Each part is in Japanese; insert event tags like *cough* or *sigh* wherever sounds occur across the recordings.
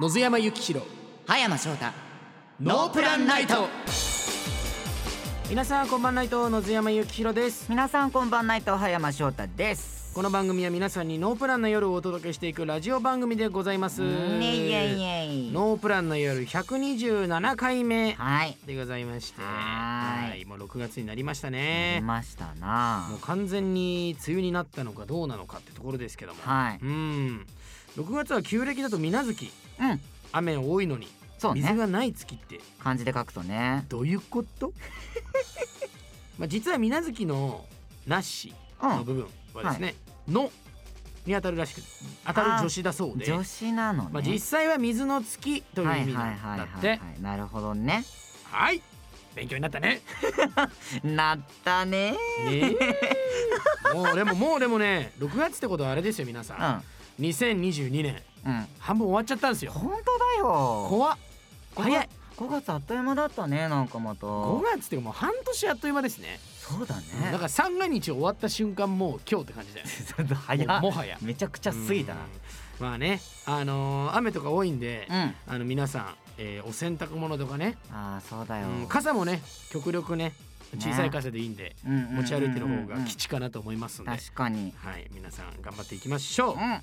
野津山幸弘葉山翔太ノープランナイト皆さんこんばんないと野津山幸弘です皆さんこんばんないと葉山翔太ですこの番組は皆さんにノープランの夜をお届けしていくラジオ番組でございますねいえいえいノープランの夜127回目はいでございましてはーいもう6月になりました出ねましたもうな完全に梅雨になったのかどうなのかってところですけどもはいうん6月は旧暦だと水無月うん雨多いのにそう水ねがない月って漢字で書くとねどういうこと *laughs* まあ実は水無月の「なし」うのん部分はですね「の」に当たるらしく当たる助詞だそうで、女子なのねまあ、実際は水の月という意味なんだってはいいなるほどね勉強になったね。なった *laughs* ねねえもうでももうでもね6月ってことはあれですよ皆うんさん、2022年うん半分終わっちゃったんですよ本当だよ怖っ早い5月あっという間だったねなんかまた5月っていうかもう半年あっという間ですねそうだねだから三が日終わった瞬間もう今日って感じだよね *laughs* 早もうっもはやめちゃくちゃ過ぎたなうんまあねあのー雨とか多いんで、うんあの皆さん、えーお洗濯物とかね、ああそうだようん傘もね極力ねね小さい傘でいいんで、うんうんうんうん持ち歩いてる方が基地かなと思いますんで、確かにはい皆さん頑張っていきましょう、うん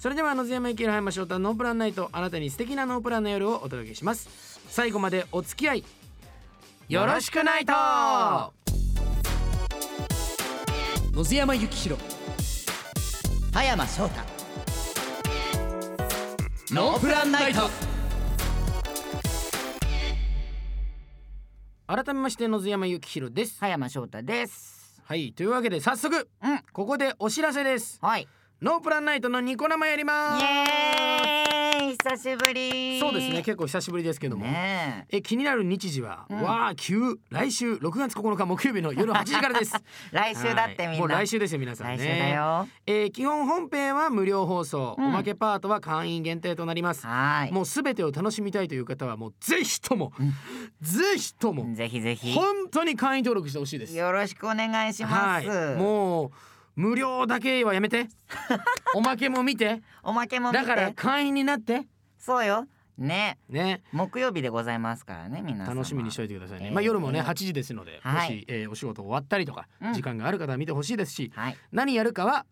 それでは野津山幸弘山翔太ノープランナイトあなたに素敵なノープランの夜をお届けします最後までお付き合いよろしくないと野津山幸弘葉山翔太ノープランナイト改めまして野津山幸弘です葉山翔太ですはいというわけで早速うんここでお知らせですはいノープランナイトのニコ生やりますイエーイ久しぶりそうですね結構久しぶりですけども、ねええ気になる日時は、わあ急来週6月9日木曜日の夜8時からです *laughs* 来週だってみんな、はいもう来週ですよ皆さんね来週だよえー基本本編は無料放送、おまけパートは会員限定となりますはーいもうすべてを楽しみたいという方はもうぜひとも、ぜひとも、ぜひぜひ本当に会員登録してほしいですよろしくお願いしまはす、いもう無料だけはやめ *laughs* ておまけも見ておまけも見てだから会員になってそうよねね木曜日でございますからね皆さん楽しみにしておいてくださいね、えーまあ夜もね8時ですので、はいもし、えーお仕事終わったりとか、うん時間がある方は見てほしいですしはい何やるかは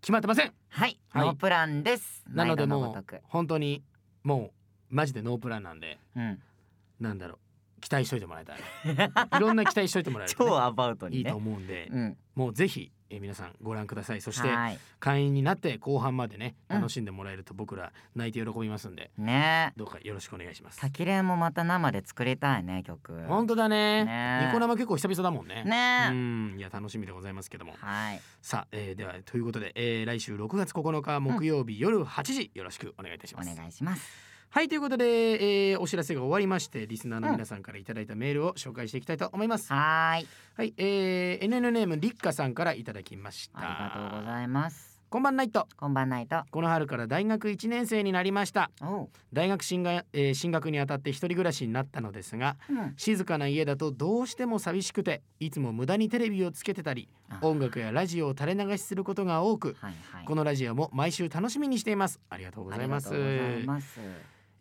決まってませんはい、はいノープランですなので毎度もごとうく本当にもうマジでノープランなんでうん、 *laughs* なんだろう期待しといてもらえたらいろんな期待しといてもらえるとね、 *laughs* 超アバウトいにいとね思うんで、うんもうぜひ、えー皆さんご覧くださいそしてはい会員になって後半までねうん楽しんでもらえると僕ら泣いて喜びますんで、ねどうかよろしくお願いしますタキレンもまた生で作りたいね曲本当だねねニコ生結構久々だもんねねうんいや楽しみでございますけどもはいさあ、えー、ではということで、えー、来週6月9日木曜日夜8時、よろしくお願いいたしおます願いしますはいということで、えー、お知らせが終わりましてリスナーの皆さんからいただいたメールを紹介していきたいと思います、はーいはい、えー、NN ネームりっかさんからいただきましたありがとうございますこんばんないとこんばんないとこの春から大学1年生になりましたおう、大学進学,、えー進学にあたって一人暮らしになったのですがうん、静かな家だとどうしても寂しくていつも無駄にテレビをつけてたりあ音楽やラジオを垂れ流しすることが多くはいはいこのラジオも毎週楽しみにしていますありがとうございますありがとうございます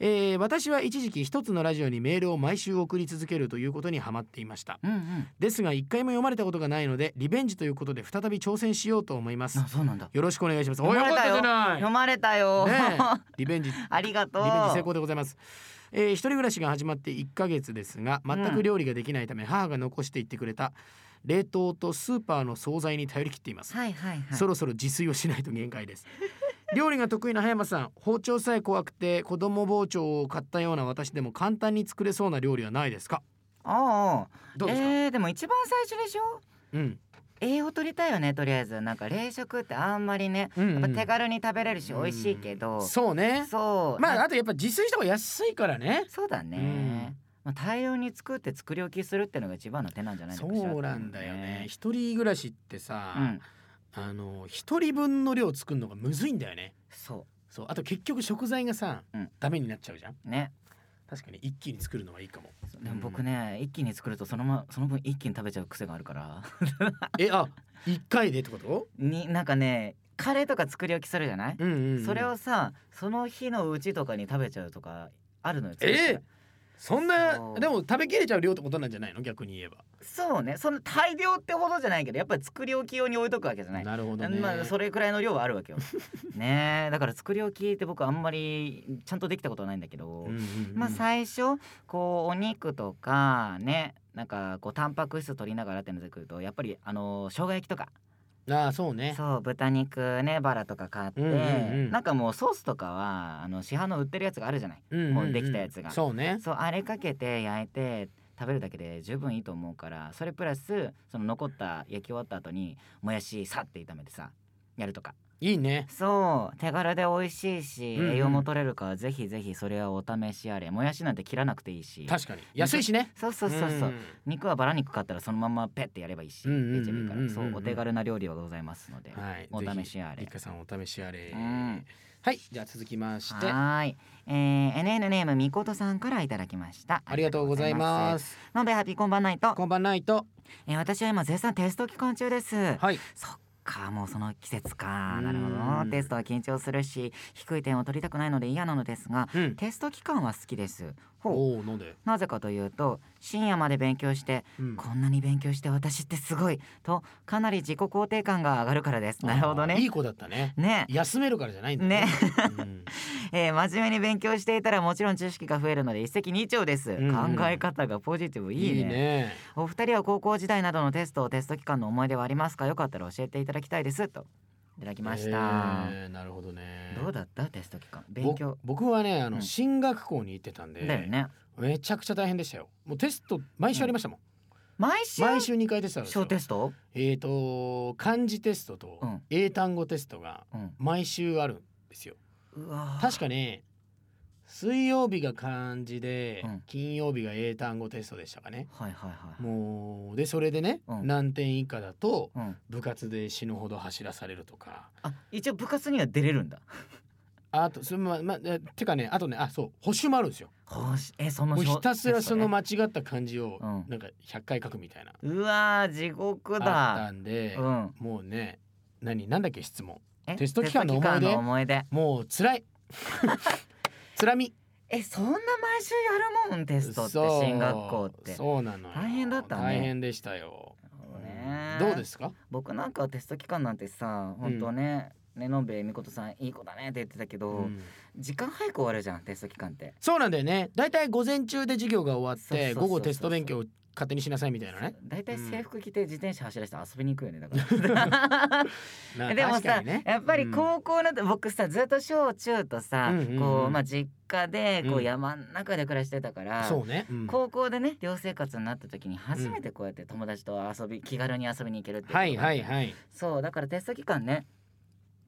えー私は一時期一つのラジオにメールを毎週送り続けるということにハマっていましたうんうんですが一回も読まれたことがないのでリベンジということで再び挑戦しようと思いますあそうなんだよろしくお願いします読まれたよおいよかったじゃ読まれたよ、ないねえリベンジ *laughs* ありがとうリベンジ成功でございます。えー一人暮らしが始まって1ヶ月ですが全く料理ができないため、母が残していってくれた冷凍とスーパーの惣菜に頼り切っています、はいはいはいそろそろ自炊をしないと限界です *laughs* 料理が得意な葉山さん包丁さえ怖くて子供包丁を買ったような私でも簡単に作れそうな料理はないですかああどうですか、えー、でも一番最初でしょうん、栄養取りたいよねとりあえずなんか冷食ってあんまりねうんうんやっぱ手軽に食べれるし美味しいけど、そそうねうそうまあなあとやっぱ自炊した方が安いからねそうだね、うんまあ、大量に作って作り置きするってのが一番の手なんじゃないのそかしらうなんだよね一人暮らしってさ、うんあの一人分の量作るのがむずいんだよねそそうあと結局食材がさ、うんダメになっちゃうじゃんうね確かに一気に作るのはいいかもでも僕ね一気に作るとその,、ま、その分一気に食べちゃう癖があるからえあ一回でってこと *laughs* になんかねカレーとか作り置きするじゃない、うんうんうんそれをさその日のうちとかに食べちゃうとかあるのよえーそんなそうでも食べきれちゃう量ってことなんじゃないの逆に言えばそうねその大量ってほどじゃないけどやっぱり作り置き用に置いとくわけじゃないなるほどね、まあそれくらいの量はある *laughs* わけよねえだから作り置きって僕あんまりちゃんとできたことはないんだけど、うんうんうんまあ最初こうお肉とかねなんかこうタンパク質取りながらってなってくるとやっぱりあの生姜焼きとかああそうねそう豚肉ねバラとか買って、うんうんうんなんかもうソースとかはあの市販の売ってるやつがあるじゃないうんうんうんもうできたやつがそうねそうあれかけて焼いて食べるだけで十分いいと思うからそれプラスその残った焼き終わった後にもやしさって炒めてさやるとかいいねそう手軽で美味しいしうんうん栄養も取れるから、ぜひぜひそれはお試しあれもやしなんて切らなくていいし確かに安いしねそうそうそうそう、ん肉はバラ肉買ったらそのままペッてやればいいしうんうんうんうん HB からそうお手軽な料理はございますので、はいお試しぜあひれリカさんお試しあれうんはいじゃあ続きましてあはーい、えー、NN ネームみことさんからいただきましたりがとうございますすのべハピこんばんないとこんばんないとえー私は今絶賛テスト期間中です、はいそっかもうその季節かうんなるほどテストは緊張するし低い点を取りたくないので嫌なのですがうんテスト期間は好きですほうおおなんでなぜかというと深夜まで勉強してうんこんなに勉強して私ってすごいとかなり自己肯定感が上がるからですなるほどあーいねい子だったねね休めるからじゃないんだねねうんえー真面目に勉強していたらもちろん知識が増えるので一石二鳥です、うん考え方がポジティ *laughs* ブいいねいいねお二人は高校時代などのテストテスト期間の思い出はありますかよかったら教えていただきたいですといただきました、えーなるほどねどうだったテスト期間勉ぼ強僕はねあうのん進学校に行ってたんだよでねめちゃくちゃ大変でしたよもうテスト毎週ありましたもん毎週毎週2回テストあるんです小よテストえーと漢字テストとうん英単語テストがうん毎週あるんですようわー確かね水曜日が漢字でうん金曜日が英単語テストでしたかねはいはいはいもうでそれでねうん何点以下だとうん、部活で死ぬほど走らされるとかあ一応部活には出れるんだあとそままえてかねあとねあそう補習もあるんですよほうしえそのもう小ひたすらそのテ間違った漢字をうんなんか100回書くみたいなストねうわー地獄あっただんでうんもうね何なんだっけ質問えテスト期間の思い出テスト期間出もう辛い *laughs* 辛みえそんな毎週やるもんテストって進学校ってそうなのよ大変だったね大変でしたよねどうですか僕なんかはテスト期間なんてさ本当ね、ねのんべえみことさんいい子だねって言ってたけど、うん時間早く終わるじゃんテスト期間って。そうなんだよねだいたい午前中で授業が終わっそうそうてそうそう午後テスト勉強を勝手にしなさいみたいなねだいたいうん制服着て自転車走らせて遊びに行くよね *laughs* だから。なでも確かさ、にねやっぱりうん高校の、僕さずっと小中とさ、うんうんうんこうまあ実家でこううん山の中で暮らしてたから。そうねうん高校でね寮生活になった時に初めてこうやって友達と遊び、気軽に遊びに行けるっていうことがはあっいてはいはいそうだからテスト期間ね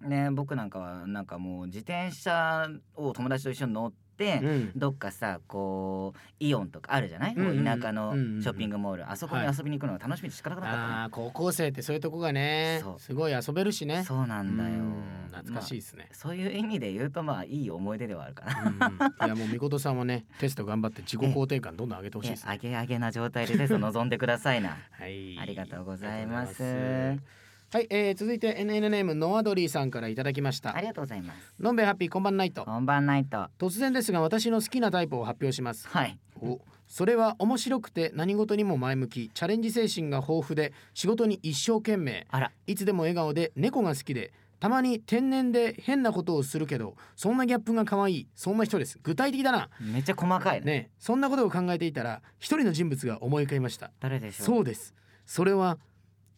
ね僕なんかはなんかもう自転車を友達と一緒に乗って、うんどっかさこうイオンとかあるじゃない、こううんうん田舎うのんシうんうんョッピングモール、あそこにはい遊びに行くのが楽しみで仕方なかったの、あー高校生ってそういうとこがねそうすごい遊べるしねそうなんだようん懐かしいまですねあ、そういう意味で言うとまあいい思い出ではあるかなうんいやもうみことさんはねテスト頑張って自己肯定感どんどん上げてほしいですねあげあげな状態でテスト望んでくださ *laughs* いなはいありがとうございますありがとうございますはい、えー、続いて NN ネームノアドリーさんからいただきましあたりがとうございますのんべえハッピーこんばんないと本番ナイト突然ですが私の好きなタイプを発表しますはいおそれは面白くて何事にも前向きチャレンジ精神が豊富で仕事に一生懸命あらいつでも笑顔で猫が好きでたまに天然で変なことをするけどそんなギャップが可愛いそんな人です具体的だなめっちゃ細かいねねえそんなことを考えていたら一人の人物が思い浮かびました誰でしょうそうですそれは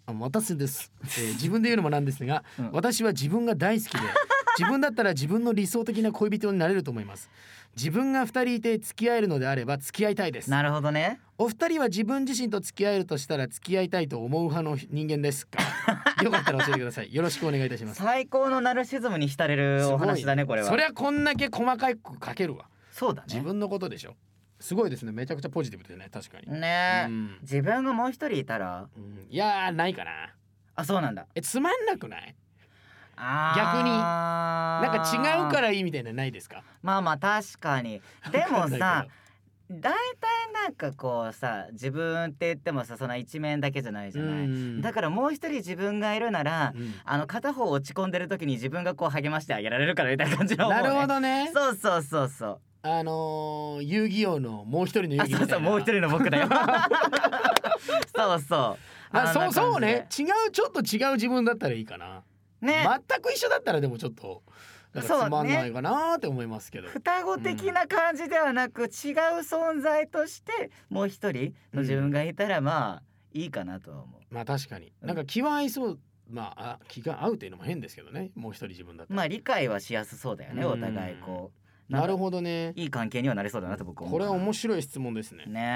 あ私です、え *laughs* ー自分で言うのもなんですが、うん私は自分が大 *laughs* 好きで自分だったら自分の理想的な恋人になれると思います自分が二人いて付き合えるのであれば付き合いたいですなるほどねお二人は自分自身と付き合えるとしたら付き合いたいと思う派の人間です *laughs* かよかったら教えてくださいよろしくお願いいたします最高のナルシズムに浸れるお話だねこれはそりゃこんだけ細かく書けるわそうだ自ね分のことでしょすごいですねめちゃくちゃポジティブでね確かに、ねえ、うん自分がもう一人いたらうんいやーないかなあそうなんだえつまんなくないに逆ななんか違うかららいいみたいなのないですかまあまあ確かにでもわかんないさけ大体なんかこうさ自分って言ってもさその一面だけじゃないじゃない、うんだからもう一人自分がいるなら、うんあの片方落ち込んでる時に自分がこう励ましてあげられるからみたいな感じの思なうね、るほどねそうそうそうそうあのー遊戯王のもう一人の遊あ戯みそたういなそうもう一人の僕だよ *laughs* そうそうあんなそう感じそうねで違うちょっと違う自分だったらいいかな、ね全く一緒だったらでもちょっとなんそうかねつまんないかなって思いますけど、双子的な感じではなく、違う存在としてもう一人の自分がいたらまあいいかなとは思う、まあ確かになんか気は合いそうまああ気が合うっていうのも変ですけどねもう一人自分だったら、まあ理解はしやすそうだよね、うんお互いこうなるどほどねいい関係にはなりそうだなと僕は思こうれは面白白い質問ですねい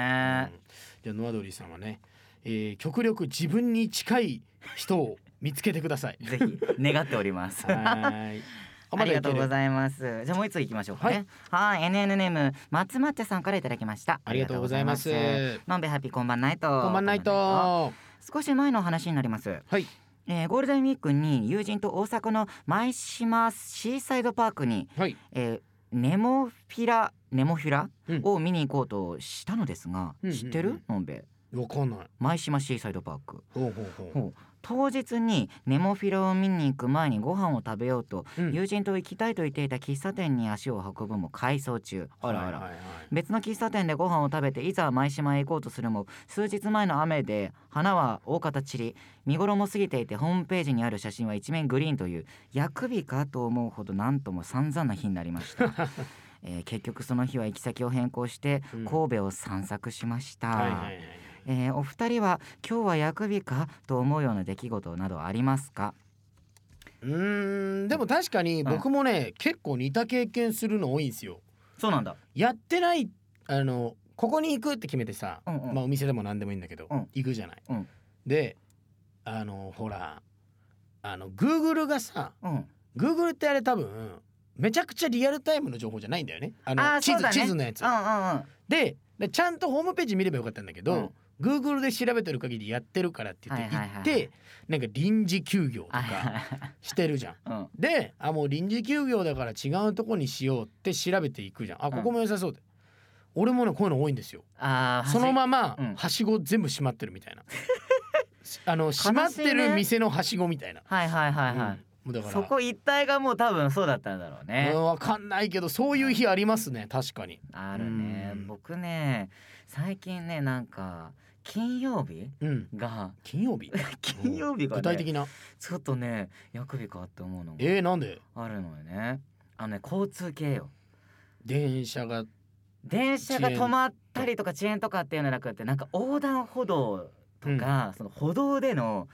うんねじゃあノアドリーさんはね、えー極力自分に近い人を見つけてくださいぜひ願っておりま *laughs* すはーいあありがとうごいざいます。じゃあもう一つ行きましょうかね。はい、NN ネーム松松さんからいただきました。ありがとうございますありがとうございますのんべハッピーこんばんないと。まこんばんないとこんばんないはと。少し前の話になります。いえー、ゴールデンウィークに友人と大阪の舞島シーサイドパークに、はいえー、ネモフィラネモフィラ、うんを見に行こうとしたのですが、うんうんうん知ってる？のんべわかんない舞島シーサイドパーク。ほうほうほうほう当日にネモフィラを見に行く前にご飯を食べようとうん友人と行きたいと言っていた喫茶店に足を運ぶも改装中あらあら、はいはいはい別の喫茶店でご飯を食べていざ舞島へ行こうとするも数日前の雨で花は大方散り見頃も過ぎていてホームページにある写真は一面グリーンという薬日かと思うほどなんとも散々な日になり *laughs* ました、えー結局その日は行き先を変更してうん神戸を散策しました、はいはいはいえーお二人は今日は薬日かと思うような出来事などありますかうーんでも確かにん僕もね、結構似た経験するの多いんですよそうなんだやってないあのここに行くって決めてさ、うんうんまあ、お店でも何でもいいんだけど、うん行くじゃない、うんであのほらあの Google がさうん、 Google ってあれ多分めちゃくちゃリアルタイムの情報じゃないんだよねあのあー地そう図、だね地図のやつうんうんうんででちゃんとホームページ見ればよかったんだけど、Google で調べてる限りやってるからって言っては行いはいはいっはいてなんか臨時休業とはいはいかはいしてるじゃん。 *laughs* うんであもう臨時休業だから違うとこにしようって調べていくじゃんあここも良さそうで、俺もねこういうの多いんですよあーそのままうんはしご全部閉まってるみ *laughs* たいなあの閉まってる店のはしごみたいなはいはいはいはい、うんもうだからそこ一帯がもう多分そうだったんだろうね、うんわかんないけどそういう日ありますね確かにあるねうん僕ね最近ねなんか金曜日うん *laughs* が金曜日 *laughs* 金曜日が、ね、具体的なちょっとね薬日かって思うのがえー、なんであるのよねあのね交通系よ電車が電車が止まったりとか遅延とかっていうのはなくてなんか横断歩道とか、その歩道での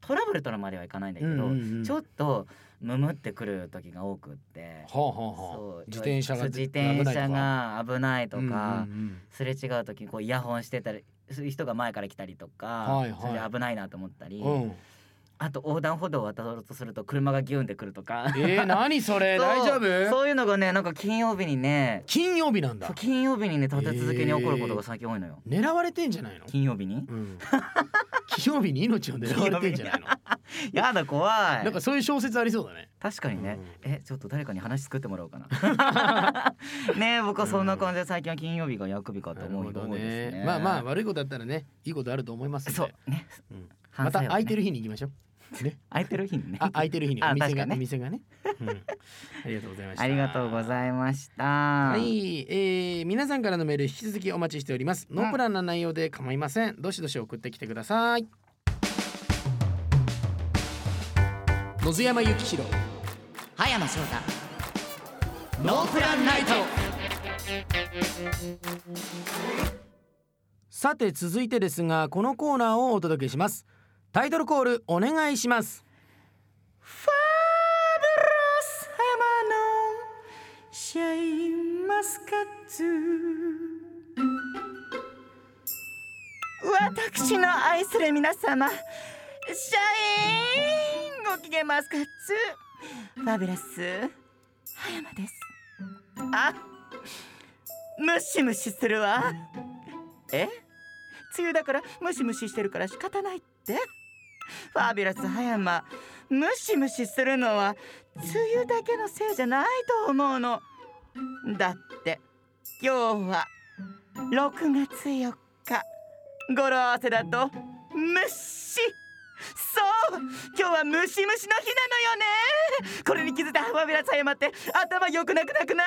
トラブルとのまではいかないんだけど、んちょっとムムってくる時が多くってはあはあはそあう自転車がそう自転車が危ないと危ないかうんうんすれ違う時にこうイヤホンしてたりする人が前から来たりとかはいはいそれで危ないなと思ったりうんうんあと横断歩道を渡ろうとすると車がギュンってくるとかえー、何それ *laughs* そう大丈夫そういうのがねなんか金曜日にね金曜日なんそだう金曜日にね立て続けに起こることが最近多いのよ。狙われてんじゃないの金曜日に *laughs* うん、金曜日に命を狙われてんじゃないのやだ怖いなんかそういう小説ありそうだね確かにね、えちょっと誰かに話作ってもらおうかな *laughs* ねえ僕はそんな感じで最近は金曜日が薬日かと思う日が多いですねまあまあ悪いことあったらねいいことあると思いますんでそうねうん反また省をね空いてる日に行きましょうね空いてる日にねあ空いてる日に *laughs* あお店確かがにねお店がね、 *laughs* うん、ありがとうございましたありがとうごいざいましたはい、えー、皆さんからのメール引き続きお待ちしておりますノープランな内容で構いませんどしどし送ってきてください野津山幸弘葉山翔太ノープランナイトさて続いてですがこのコーナーをお届けしますタイトルコールお願いしますファブラス浜のシャインマスカッツ私の愛する皆様シャインご機嫌マスカッツファビュラス葉山ですあムシムシするわえ梅雨だからムシムシしてるから仕方ないってファビュラス葉山ムシムシするのは梅雨だけのせいじゃないと思うのだって今日は6月4日語呂合わせだと虫そう今日はムシムシの日なのよねこれに気づいたファビュラス葉山って頭良くなくなくな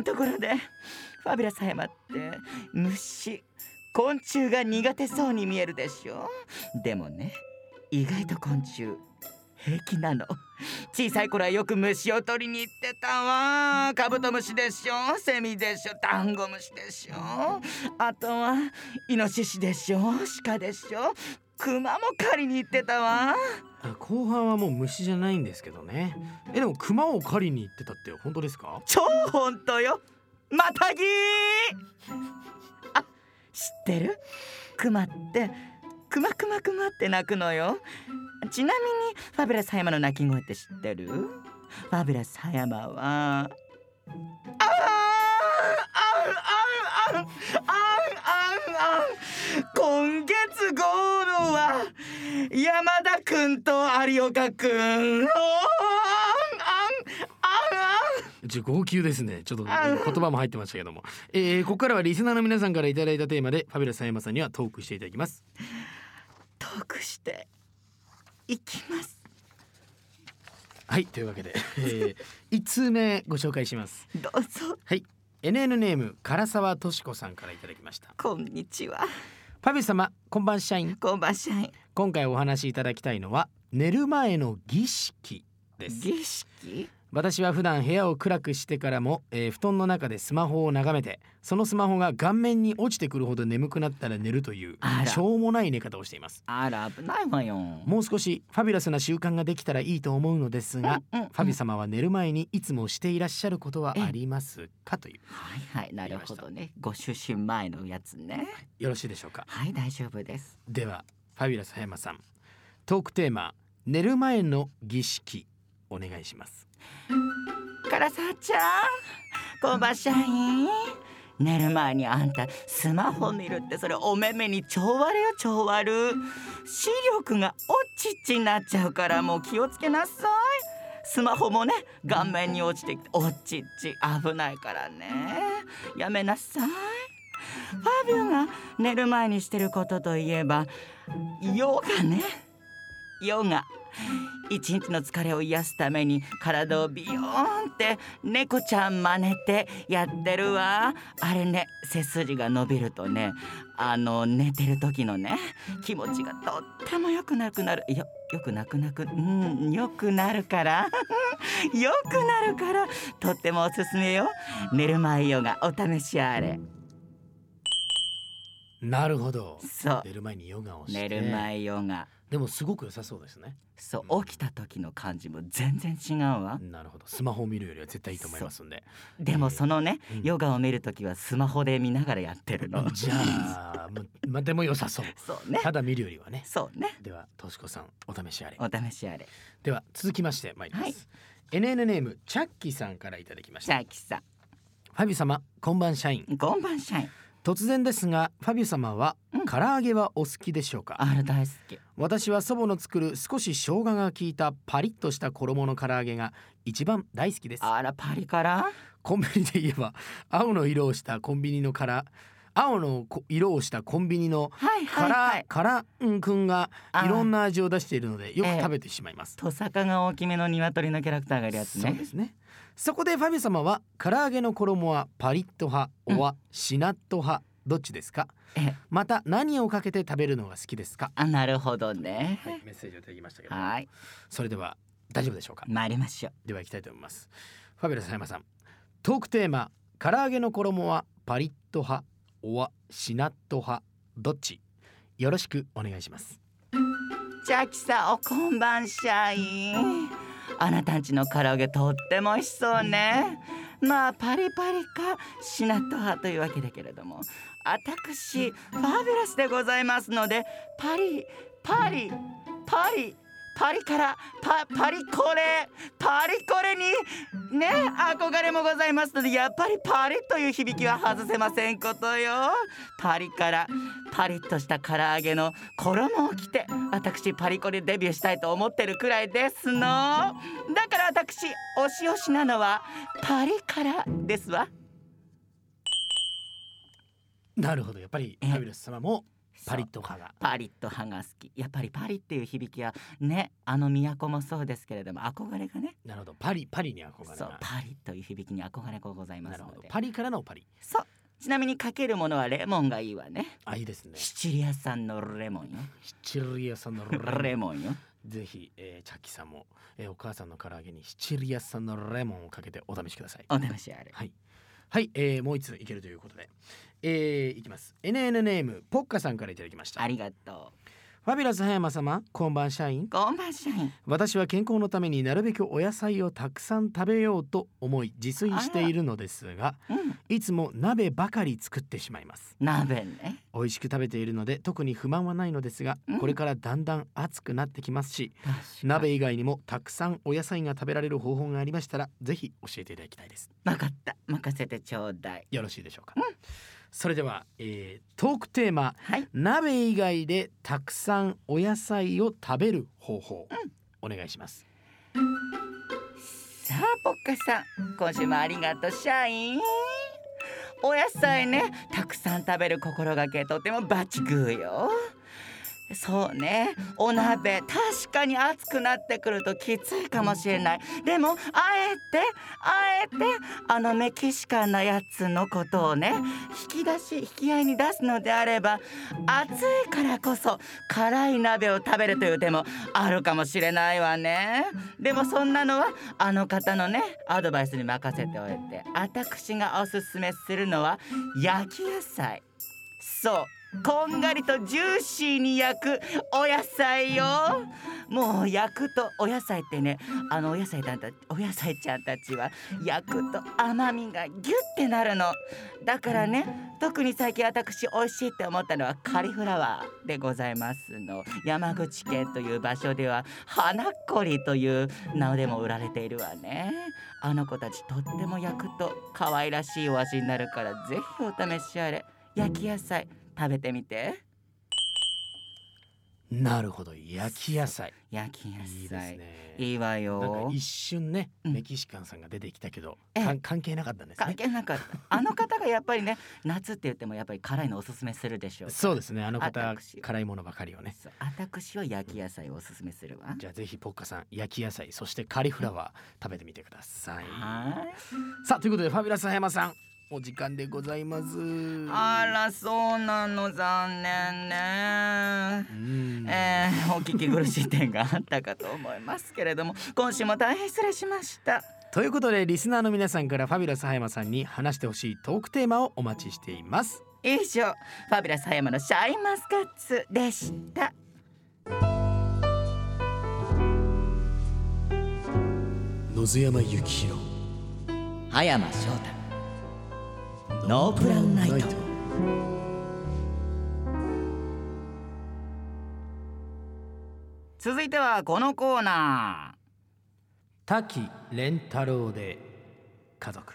いところでファビュラス葉山って虫昆虫が苦手そうに見えるでしょでもね意外と昆虫平気なの小さい頃はよく虫を取りに行ってたわカブトムシでしょセミでしょダンゴムシでしょあとはイノシシでしょ鹿でしょクマも狩りに行ってたわあ後半はもう虫じゃないんですけどねえでも熊を狩りに行ってたって本当ですか超本当よマタギーあ知ってるクマってクマクマクマって鳴くのよちなみにファビュラス葉山の鳴き声って知ってるファビュラス葉山はあんあんあんあんあんあんあん今月号のは山田くんと有岡くんあんあんあんあんじゃ号泣ですねちょっと言あうん葉も入ってましたけども、えー、ここからはリスナーの皆さんからいただいたテーマでファビュラス葉山さんにはトークしていただきますトークしていきますはいというわけで、えー、1通目ご紹介しますどうぞはい NN ネーム唐沢敏子さんからいただきましたこんにちはファビュ様こんばん社員こんばんしゃい今回お話しいただきたいのは寝る前の儀式です儀式私は普段部屋を暗くしてからも、えー布団の中でスマホを眺めてそのスマホが顔面に落ちてくるほど眠くなったら寝るというあらしょうもない寝方をしていますあら危ないわよもう少しファビュラスな習慣ができたらいいと思うのですが、うんうんうんファビ様は寝る前にいつもしていらっしゃることはありますかというはいはいなるほどねご出身前のやつねよろしいでしょうかはい大丈夫ですではファビュラス葉山さんトークテーマ寝る前の儀式お願いします唐沢ちゃんこんばんしゃい寝る前にあんたスマホ見るってそれお目目に超悪よ超悪視力がおちちになっちゃうからもう気をつけなさいスマホもね顔面に落ちてきておちち危ないからねやめなさいファビュが寝る前にしてることといえばヨガねヨガ一日の疲れを癒すために体をビヨーンって猫ちゃん真似てやってるわあれね背筋が伸びるとねあの寝てる時のね気持ちがとっても良くなくなるよよくなくなくうん良くなるから *laughs* 良くなるからとってもおすすめよ寝る前ヨガお試しあれなるほどそう寝る前にヨガをして寝る前ヨガでもすごく良さそうですねそう起きた時の感じも全然違うわなるほどスマホを見るよりは絶対いいと思いますんででもそのね、うんヨガを見るときはスマホで見ながらやってる *laughs* の。じゃあ *laughs* ままあでも良さそうそうね。ただ見るよりはねそうね。ではとしこさんお試しあれお試しあれ。では続きまして参ります、はい NN ネームチャッキーさんからいただきましシたャキさファビュ様こんばん社員ん、こんばんしゃい。突然ですがファビュ様はうん唐揚げはお好きでしょうか、あれ大好き。私は祖母の作る少し生姜が効いたパリッとした衣の唐揚げが一番大好きですあらパリから。コンビニで言えば青の色をしたコンビニのから青のこ色をしたコンビニのはいかはいら、はい。からうんくんがあーいろんな味を出しているのでよくええ食べてしまいます、トサカが大きめの鶏のキャラクターがいるやつそうねで。すねそこでファミ様は唐揚げの衣はパリッと派うんおはしなっと派どっちですかえ、また何をかけて食べるのが好きですかあなるほどね。はいメッセージをいただきましたけどはい。それでは大丈夫でしょうか参りましょう。では行きたいと思いますファビュラス葉山さんトークテーマ唐揚げの衣はパリッと派おはしなっと派どっちよろしくお願いしますチャキさんおこんばんしゃい。あなたんちの唐揚げとっても美味しそうね。まあパリパリかしなっと派というわけだけれども、私ファビュラスでございますので、パリパリパリパリからパパリコレパリコレにね憧れもございますのでやっぱりパリという響きは外せませんことよパリからパリッとした唐揚げの衣を着て私パリコレデビューしたいと思ってるくらいですのだから私おしおしなのはパリからですわなるほどやっぱりええファビュラス様もパリッそうと派がパリッと歯が好きやっぱりパリっていう響きはねあの都もそうですけれども憧れがねなるほどパリパリに憧れそうがパリという響きに憧れがございまなするほのどでパリからのパリそうちなみにかけるものはレモンがいいわねあいいですねシチリア産のレモンよシチリア産のレレモンモンよぜひ、えー、チャッキさんも、えー、お母さんの唐揚げにシチリア産のレモンをかけてお試しくださいお試しあれはい、はいえー、もう一ついけるということで、えー、いきます NN ネームポッカさんからいただきましたありがとファビュラス葉山様こんばん社員うこんばん社員私は健康のためになるべくお野菜をたくさん食べようと思い自炊しているのですがうんいつも鍋ばかり作ってしまいます鍋ね美味しく食べているので特に不満はないのですがうんこれからだんだん暑くなってきますし確かに鍋以外にもたくさんお野菜が食べられる方法がありましたらぜひ教えていただきたいですわかった任せてちょうだいよろしいでしょうか、それでは、えートークテーマはい鍋以外でたくさんお野菜を食べる方法、お願いしますさあポッカさん今週もありがとう社員お野菜ねたくさん食べる心がけとてもバチグーよそうねお鍋確かに暑くなってくるときついかもしれないでもあえてあえてあのメキシカンなやつのことをね引き出し引き合いに出すのであれば暑いからこそ辛い鍋を食べるという手もあるかもしれないわねでもそんなのはあの方のねアドバイスに任せておいて私がおすすめするのは焼き野菜そうこんがりとジューシーに焼くお野菜よもう焼くとお野菜ってねあのお野菜たんたお野菜ちゃんたちは焼くと甘みがギュッてなるのだからね特に最近私美味しいって思ったのはカリフラワーでございますの山口県という場所では花っこりという名でも売られているわねあの子たちとっても焼くと可愛らしいお味になるからぜひお試しあれ焼き野菜食べてみてなるほど焼き野菜焼き野菜いいですねいいわなんかよ一瞬ね、うんメキシカンさんが出てきたけど、ええかん関係なかったんです関ね。係なかったあの方がやっぱりね夏って言ってもやっぱり辛いのおすすめするでしょうそうですね、あの方私辛いものばかりをね。そう私は焼き野菜をおすすめするわじゃあぜひポッカさん焼き野菜そしてカリフラワー食べてみてください。はーいさあということでファビュラス葉山さんお時間でございます。あらそうなの残念ねうん、えー、お聞き苦しい点があったかと思いますけれども今週も大変失礼しましたということでリスナーの皆さんからファビュラス葉山さんに話してほしいトークテーマをお待ちしています。以上ファビュラス葉山のシャインマスカッツでした野津山幸宏葉山翔太ノープランナイト続いてはこのコーナ滝蓮太郎で家族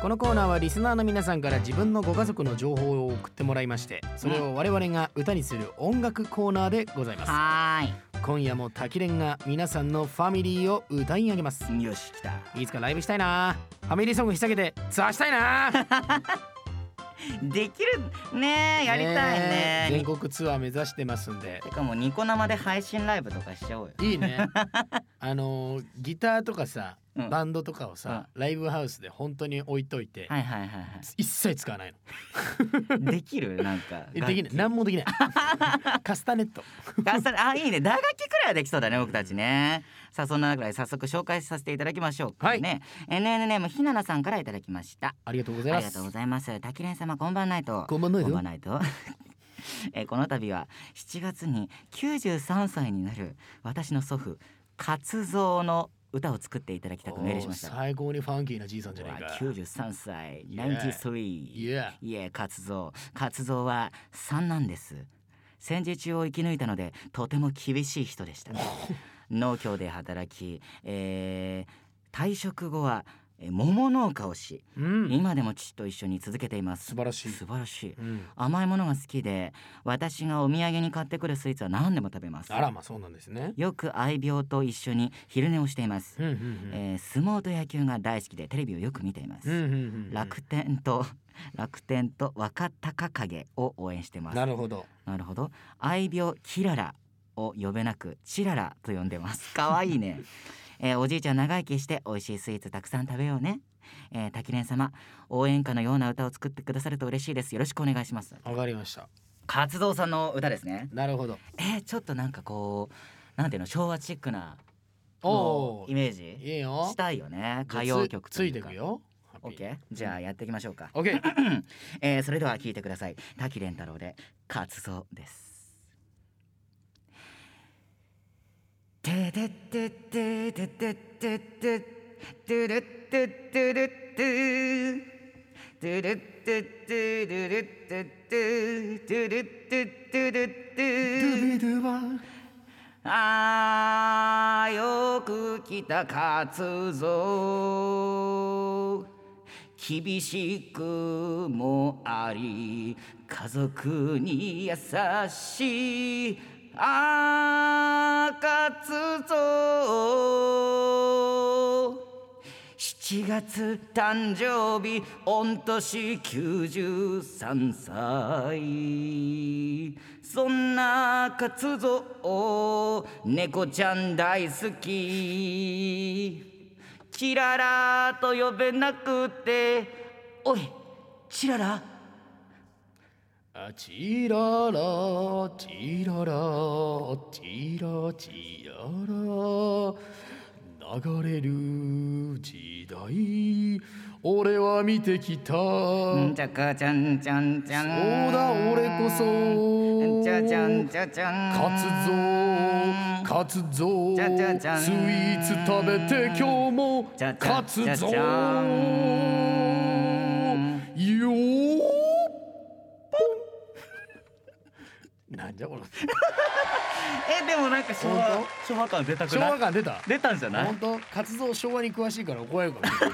このコーナーはリスナーの皆さんから自分のご家族の情報を送ってもらいましてそれを我々が歌にする音楽コーナーでございーまはす今夜も滝蓮が皆さんのファミリーを歌い上げますーいよし来たいつかライブしたいなファミリーソングひっさげてツアーしたいなできるね *laughs* えやりたいね全国ツアー目指してますんでてかもうニコ生で配信ライブとかしちゃおうよいい *laughs* ねあのーギターとかさうんバンドとかをさ、ライブハウスで本当に置いといて、はいはいはいは一切使わないのいできるなんかえできない何も *laughs* できないカスタネットガッサリあいいね打楽器くらいはできそうだね僕たちねさあそんな中で早速紹介させていただきましょうかね、NN ネームひななさんからいただきましたありがとうございあまりすがとうございます滝蓮様こんばんないとこんばんないこだよんばんないと *laughs* えーこの度は7月に93歳になる私の祖父勝蔵の歌を作っていただきたくメールしましたおー最高にファンキーなじいさんじゃうないわか93歳 Yeah. 93いやいえ、活動、活動は三なんです。戦時中を生き抜いたので、とても厳しい人 *laughs* でした。農協で働き、えー退職後は、えー桃農家をしうん、今でも父と一緒に続けています素晴らしい素晴らしいうん、甘いものが好きで私がお土産に買ってくるスイーツは何でも食べますあらまあそうなんですね。よく愛病と一緒に昼寝をしています、うんうんえー相撲と野球が大好きでテレビをよく見ています、うんうんうんうんうん楽天と *laughs* 楽天と若隆景を応援してますなるほど。なるほど愛病キララを呼べなくチララと呼んでます *laughs* かわい *laughs* いね、えーおじいちゃん長生きして美味しいスイーツたくさん食べようね、えー、滝蓮様応援歌のような歌を作ってくださると嬉しいですよろしくお願いしますわかりました。活動さんの歌ですねなるほど。えー、ちょっとなんかこうなんていうの昭和チックなおのおイ。メージいいよ。したいよね歌謡曲つつといいうてかくよ。オッケーじゃあやっていきましょうか、オッケー。えーそれでは聞いてください滝蓮太郎で活動ですてててててててててるってってるっててるっててるってててるっててるってあーよく来た勝つぞ厳しくもあり家族に優しいあー勝つぞ7月誕生日御年93歳そんな活動猫ちゃん大好きチララと呼べなくておいチララあちららちららちらちらら流れる時代俺は見てきたんちゃかちゃんちゃんちゃんそうだ俺こそちゃちゃんちゃちゃん勝つぞ勝つぞじゃじゃじゃんスイーツ食べて今日もじゃじゃ勝つぞじゃじゃんよーぽんなんじゃこのえでもなんか昭和本昭和感出たく昭な和い感出た出たんじゃない本当活動昭和に詳しいから怒られるかもしれ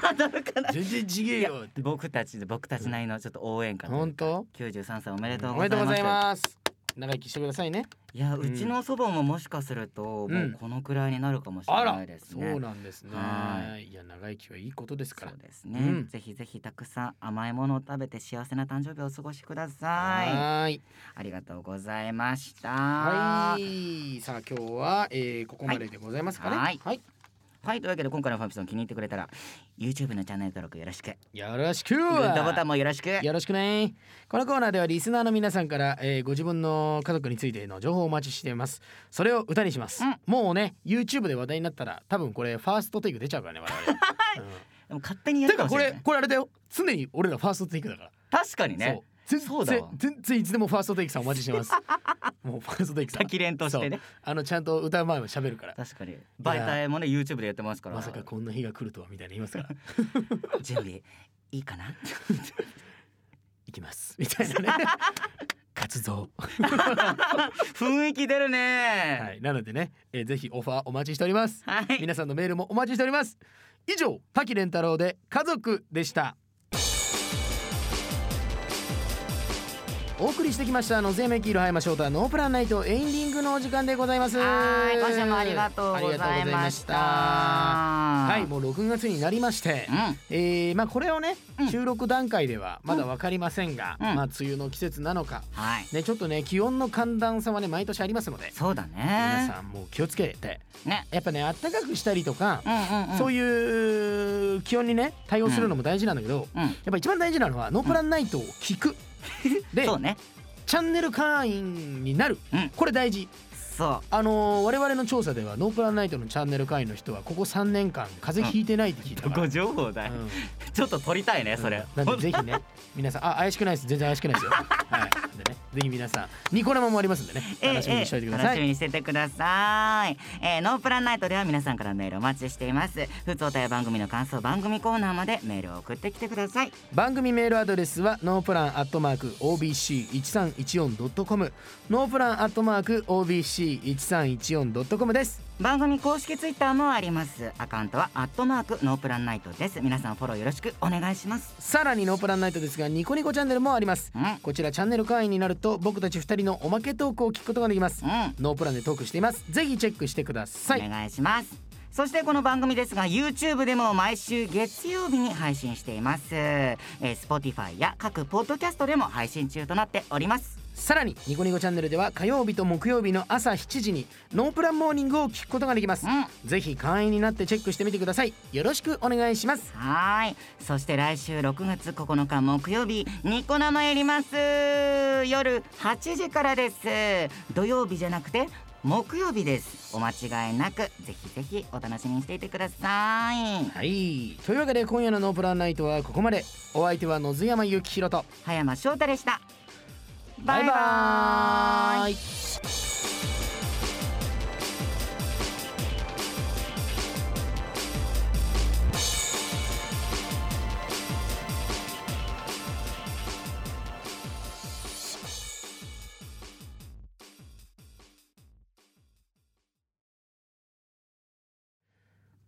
ない *laughs* 全然ちげえよって僕たちで僕たちなりのちょっと応援歌本当九十三歳おめでとうおめございでとうごまざすいます長生きしてくださいねいやうちの祖母ももしかすると、うんもうこのくらいになるかもしれあならいですそねうなんですねはいや長生きはいいことですからそうですね、うんぜひぜひたくさん甘いものを食べて幸せな誕生日をお過ごしくださいはーいありがとうございましたはい、さあ今日は、えー、ここまででございますかね。はいはい、はいというわけで今回のファンピソン気に入ってくれたら YouTube のチャンネル登録よろしくグよろしく。ッドボタンもよろしく *laughs* よろしくね。このコーナーではリスナーの皆さんから、えー、ご自分の家族についての情報をお待ちしています。それを歌にします。うんもうね、YouTube で話題になったら多分これファーストテイク出ちゃうからね我 *laughs* 々。でも勝手にうやん、てるかかもしこれないれこれあれだよ。常に俺らファーストテイクだから。確かにねそう。そう全だ然わ全然いつでもファーストテイクさんお待ちして *laughs* ます。もうファーストテイクさん。滝連としてねそう。あのちゃんと歌う前も喋るから。確かに媒体もね YouTube でやってますからまさかこんな日が来るとはみたいな言います *laughs* から。準備いいかな行きますみたいなね活動 *laughs* 雰囲気出るはねいなのでね、えー、ぜひオファーお待ちしておりますはい、皆さんのメールもお待ちしております以上滝蓮太郎で家族でしたお送りしてきましたのぜめきいろはやましょうたノープランナイトエンディングのお時間でございますはい今週もありがとうございまありがとうしたございましたはいももう6月になりまして、えーまあこれをね、うん収録段階ではまだわかりませんが、うんまあ梅雨の季節なのかうんはいね、ちょっとね気温の寒暖差はね毎年ありますのでそうだね皆さんもう気をつけてねやっぱねあったかくしたりとかう、んうんうんそういう気温にね対応するのも大事なんだけど、やうんっぱ一番大事なのはノープランナイトを聞 *laughs* く、でそうねチャンネル会員になる、うんこれ大事そあのー我々の調査ではノープランナイトのチャンネル会員の人はここ3年間風邪ひいてないって聞いう *laughs* たどから、こ情報だい、うんちょっと取りたいねそれ、なんでぜひね皆さんあ怪しくないです全然怪しくないですよ、はい、でねぜひ皆さんニコ生もありますんでね楽しみにしておいてくださ楽い、しみにしててください、えーノープランナイトでは皆さんからのメールお待ちしています普通歌や番組の感想番組コーナーまでメールを送ってきてください番組メールアドレスはノープランアットマーク OBC1314.com ノープランアットマーク OBC1314.com です番組公式ツイッターもありますアカウントはアットマークノープランナイトです皆さんフォローよろしくお願いしますさらにノープランナイトですがニコニコチャンネルもありますうんこちらチャンネル会員になると僕たち2人のおまけトークを聞くことができますうんノープランでトークしていますぜひチェックしてくださいお願いしますそしてこの番組ですが YouTube でも毎週月曜日に配信しています、えー、Spotify や各ポッドキャストでも配信中となっておりますさらにニコニコチャンネルでは火曜日と木曜日の朝7時にノープランモーニングを聞くことができますうぜひ会員になってチェックしてみてくださいよろしくお願いしますはーいそして来週6月9日木曜日ニコ生やります夜8時からです土曜日じゃなくて木曜日ですお間違いなくぜひぜひお楽しみにしていてくださいはいというわけで今夜のノープランナイトはここまでお相手は野津山幸宏と葉山翔太でしたバイバーイーイ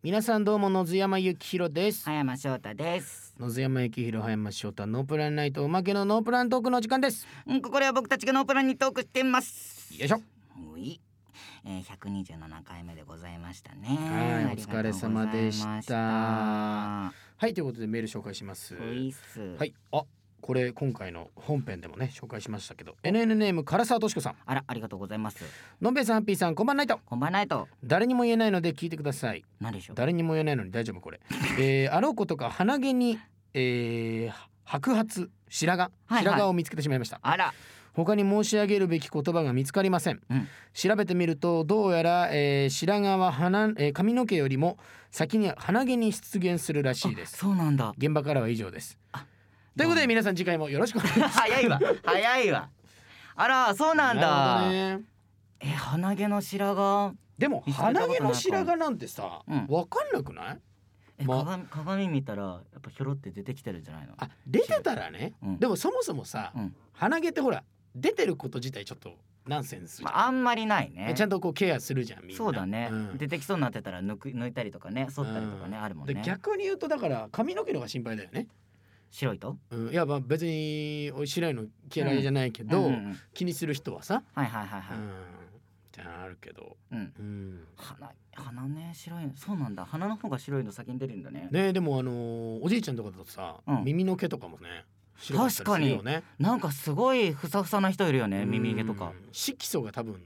皆さんどうも野津山幸宏です葉山翔太です野津山幸宏葉山翔太ノープランナイトおまけのノープラントークの時間ですうんここでは僕たちがノープランにトークしていますよいしょほい、えー、127回目でございましたねはいありがとうございましたお疲れ様でしたはいということでメール紹介しますほいっすは、いあこれ今回の本編でもね紹介しましたけど NN ネーム唐沢敏子さんあらありがとうございますのんべえさんハッピーさんこんばんないとこんばんないと誰にも言えないので聞いてください何でしょう誰にも言えないのに大丈夫こ *laughs* れえー、あろうことか鼻毛に、えー、白髪白髪いはい白髪を見つけてしまいました、あら他に申し上げるべき言葉が見つかりません、うん調べてみるとどうやら、えー白髪は鼻、えー髪の毛よりも先に鼻毛に出現するらしいですそうなんだ *laughs* 現場からは以上ですあということで皆さん次回もよろしくお願いします早い *laughs* わ早いわあらそうなんだるほどねえ鼻毛の白髪でも見つけたことない鼻毛の白髪なんてさ、うんわかんなくないえ、ま鏡鏡見たらやっぱひょろって出てきてるんじゃないのあ出てたらね、うんでもそもそもさ、うん鼻毛ってほら出てること自体ちょっとナンセンスじゃん、まああんまりないねちゃんとこうケアするじゃんみんなそうだね、ん出てきそうになってたら抜く抜いたりとかね剃ったりとかね、うあるもんでね逆に言うとだから髪の毛の方が心配だよね、白いとうん、いやまあ別にお白いの嫌いじゃないけど、んんん気にする人はさ、はいはいはいうんはい、じゃあるけど、うん、うん、鼻鼻ね白いのそうなんだ鼻の方が白いの先に出るんだねねでもあのーおじいちゃんとかだとさ、うん耳の毛とかもね白かったりするよねなんかすごいふさふさな人いるよね耳毛とうかん色素が多分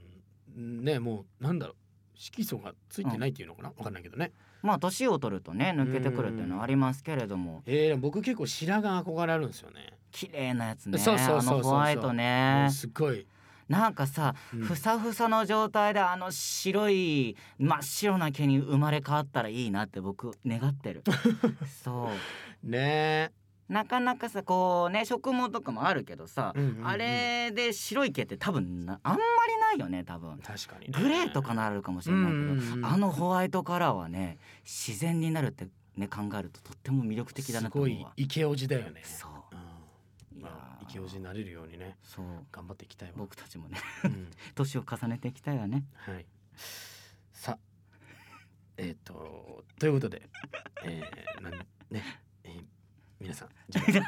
ねもうなんだろう色素がついてないっていうのかな、わかんないけどねまあ年を取るとね抜けてくるっていうのはありますけれどもえー、でも僕結構白髪憧れあるんですよね綺麗なやつねそうそうそうそうそうあのホワイトもねうすっごい、なんかさうんふさふさの状態であの白い真っ白な毛に生まれ変わったらいいなって僕願って *laughs* るそねうなかなかさこうね植毛とかもあるけどさえ、、うんうんうんあれで白い毛って多分なあんまりないよね多分確かに、グレーとかななるかもしれないけど、うんうんうんあのホワイトカラーはね自然になるってね考えるととっても魅力的だなとすご思ういわイケオジだよねそううんいやまあ、イーケオジになれるようにねそう頑張っていきたいわ、僕たちもね *laughs* うん、年を重ねていきたいわねはいさえっ、とということでえー、なんね、えー、皆さん次回も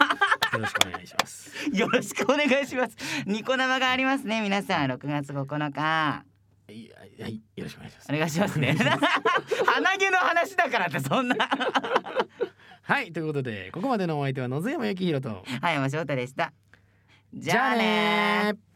よろしくお願いします *laughs* よろしくお願いしますニコ生がありますね皆さん6月9日はいはいはいよろしくお願いしますお願いしま *laughs* すね鼻毛の話だからってそんなはいということでここまでのお相手は野津山幸宏とはい山翔太でしたじじゃゃああねねー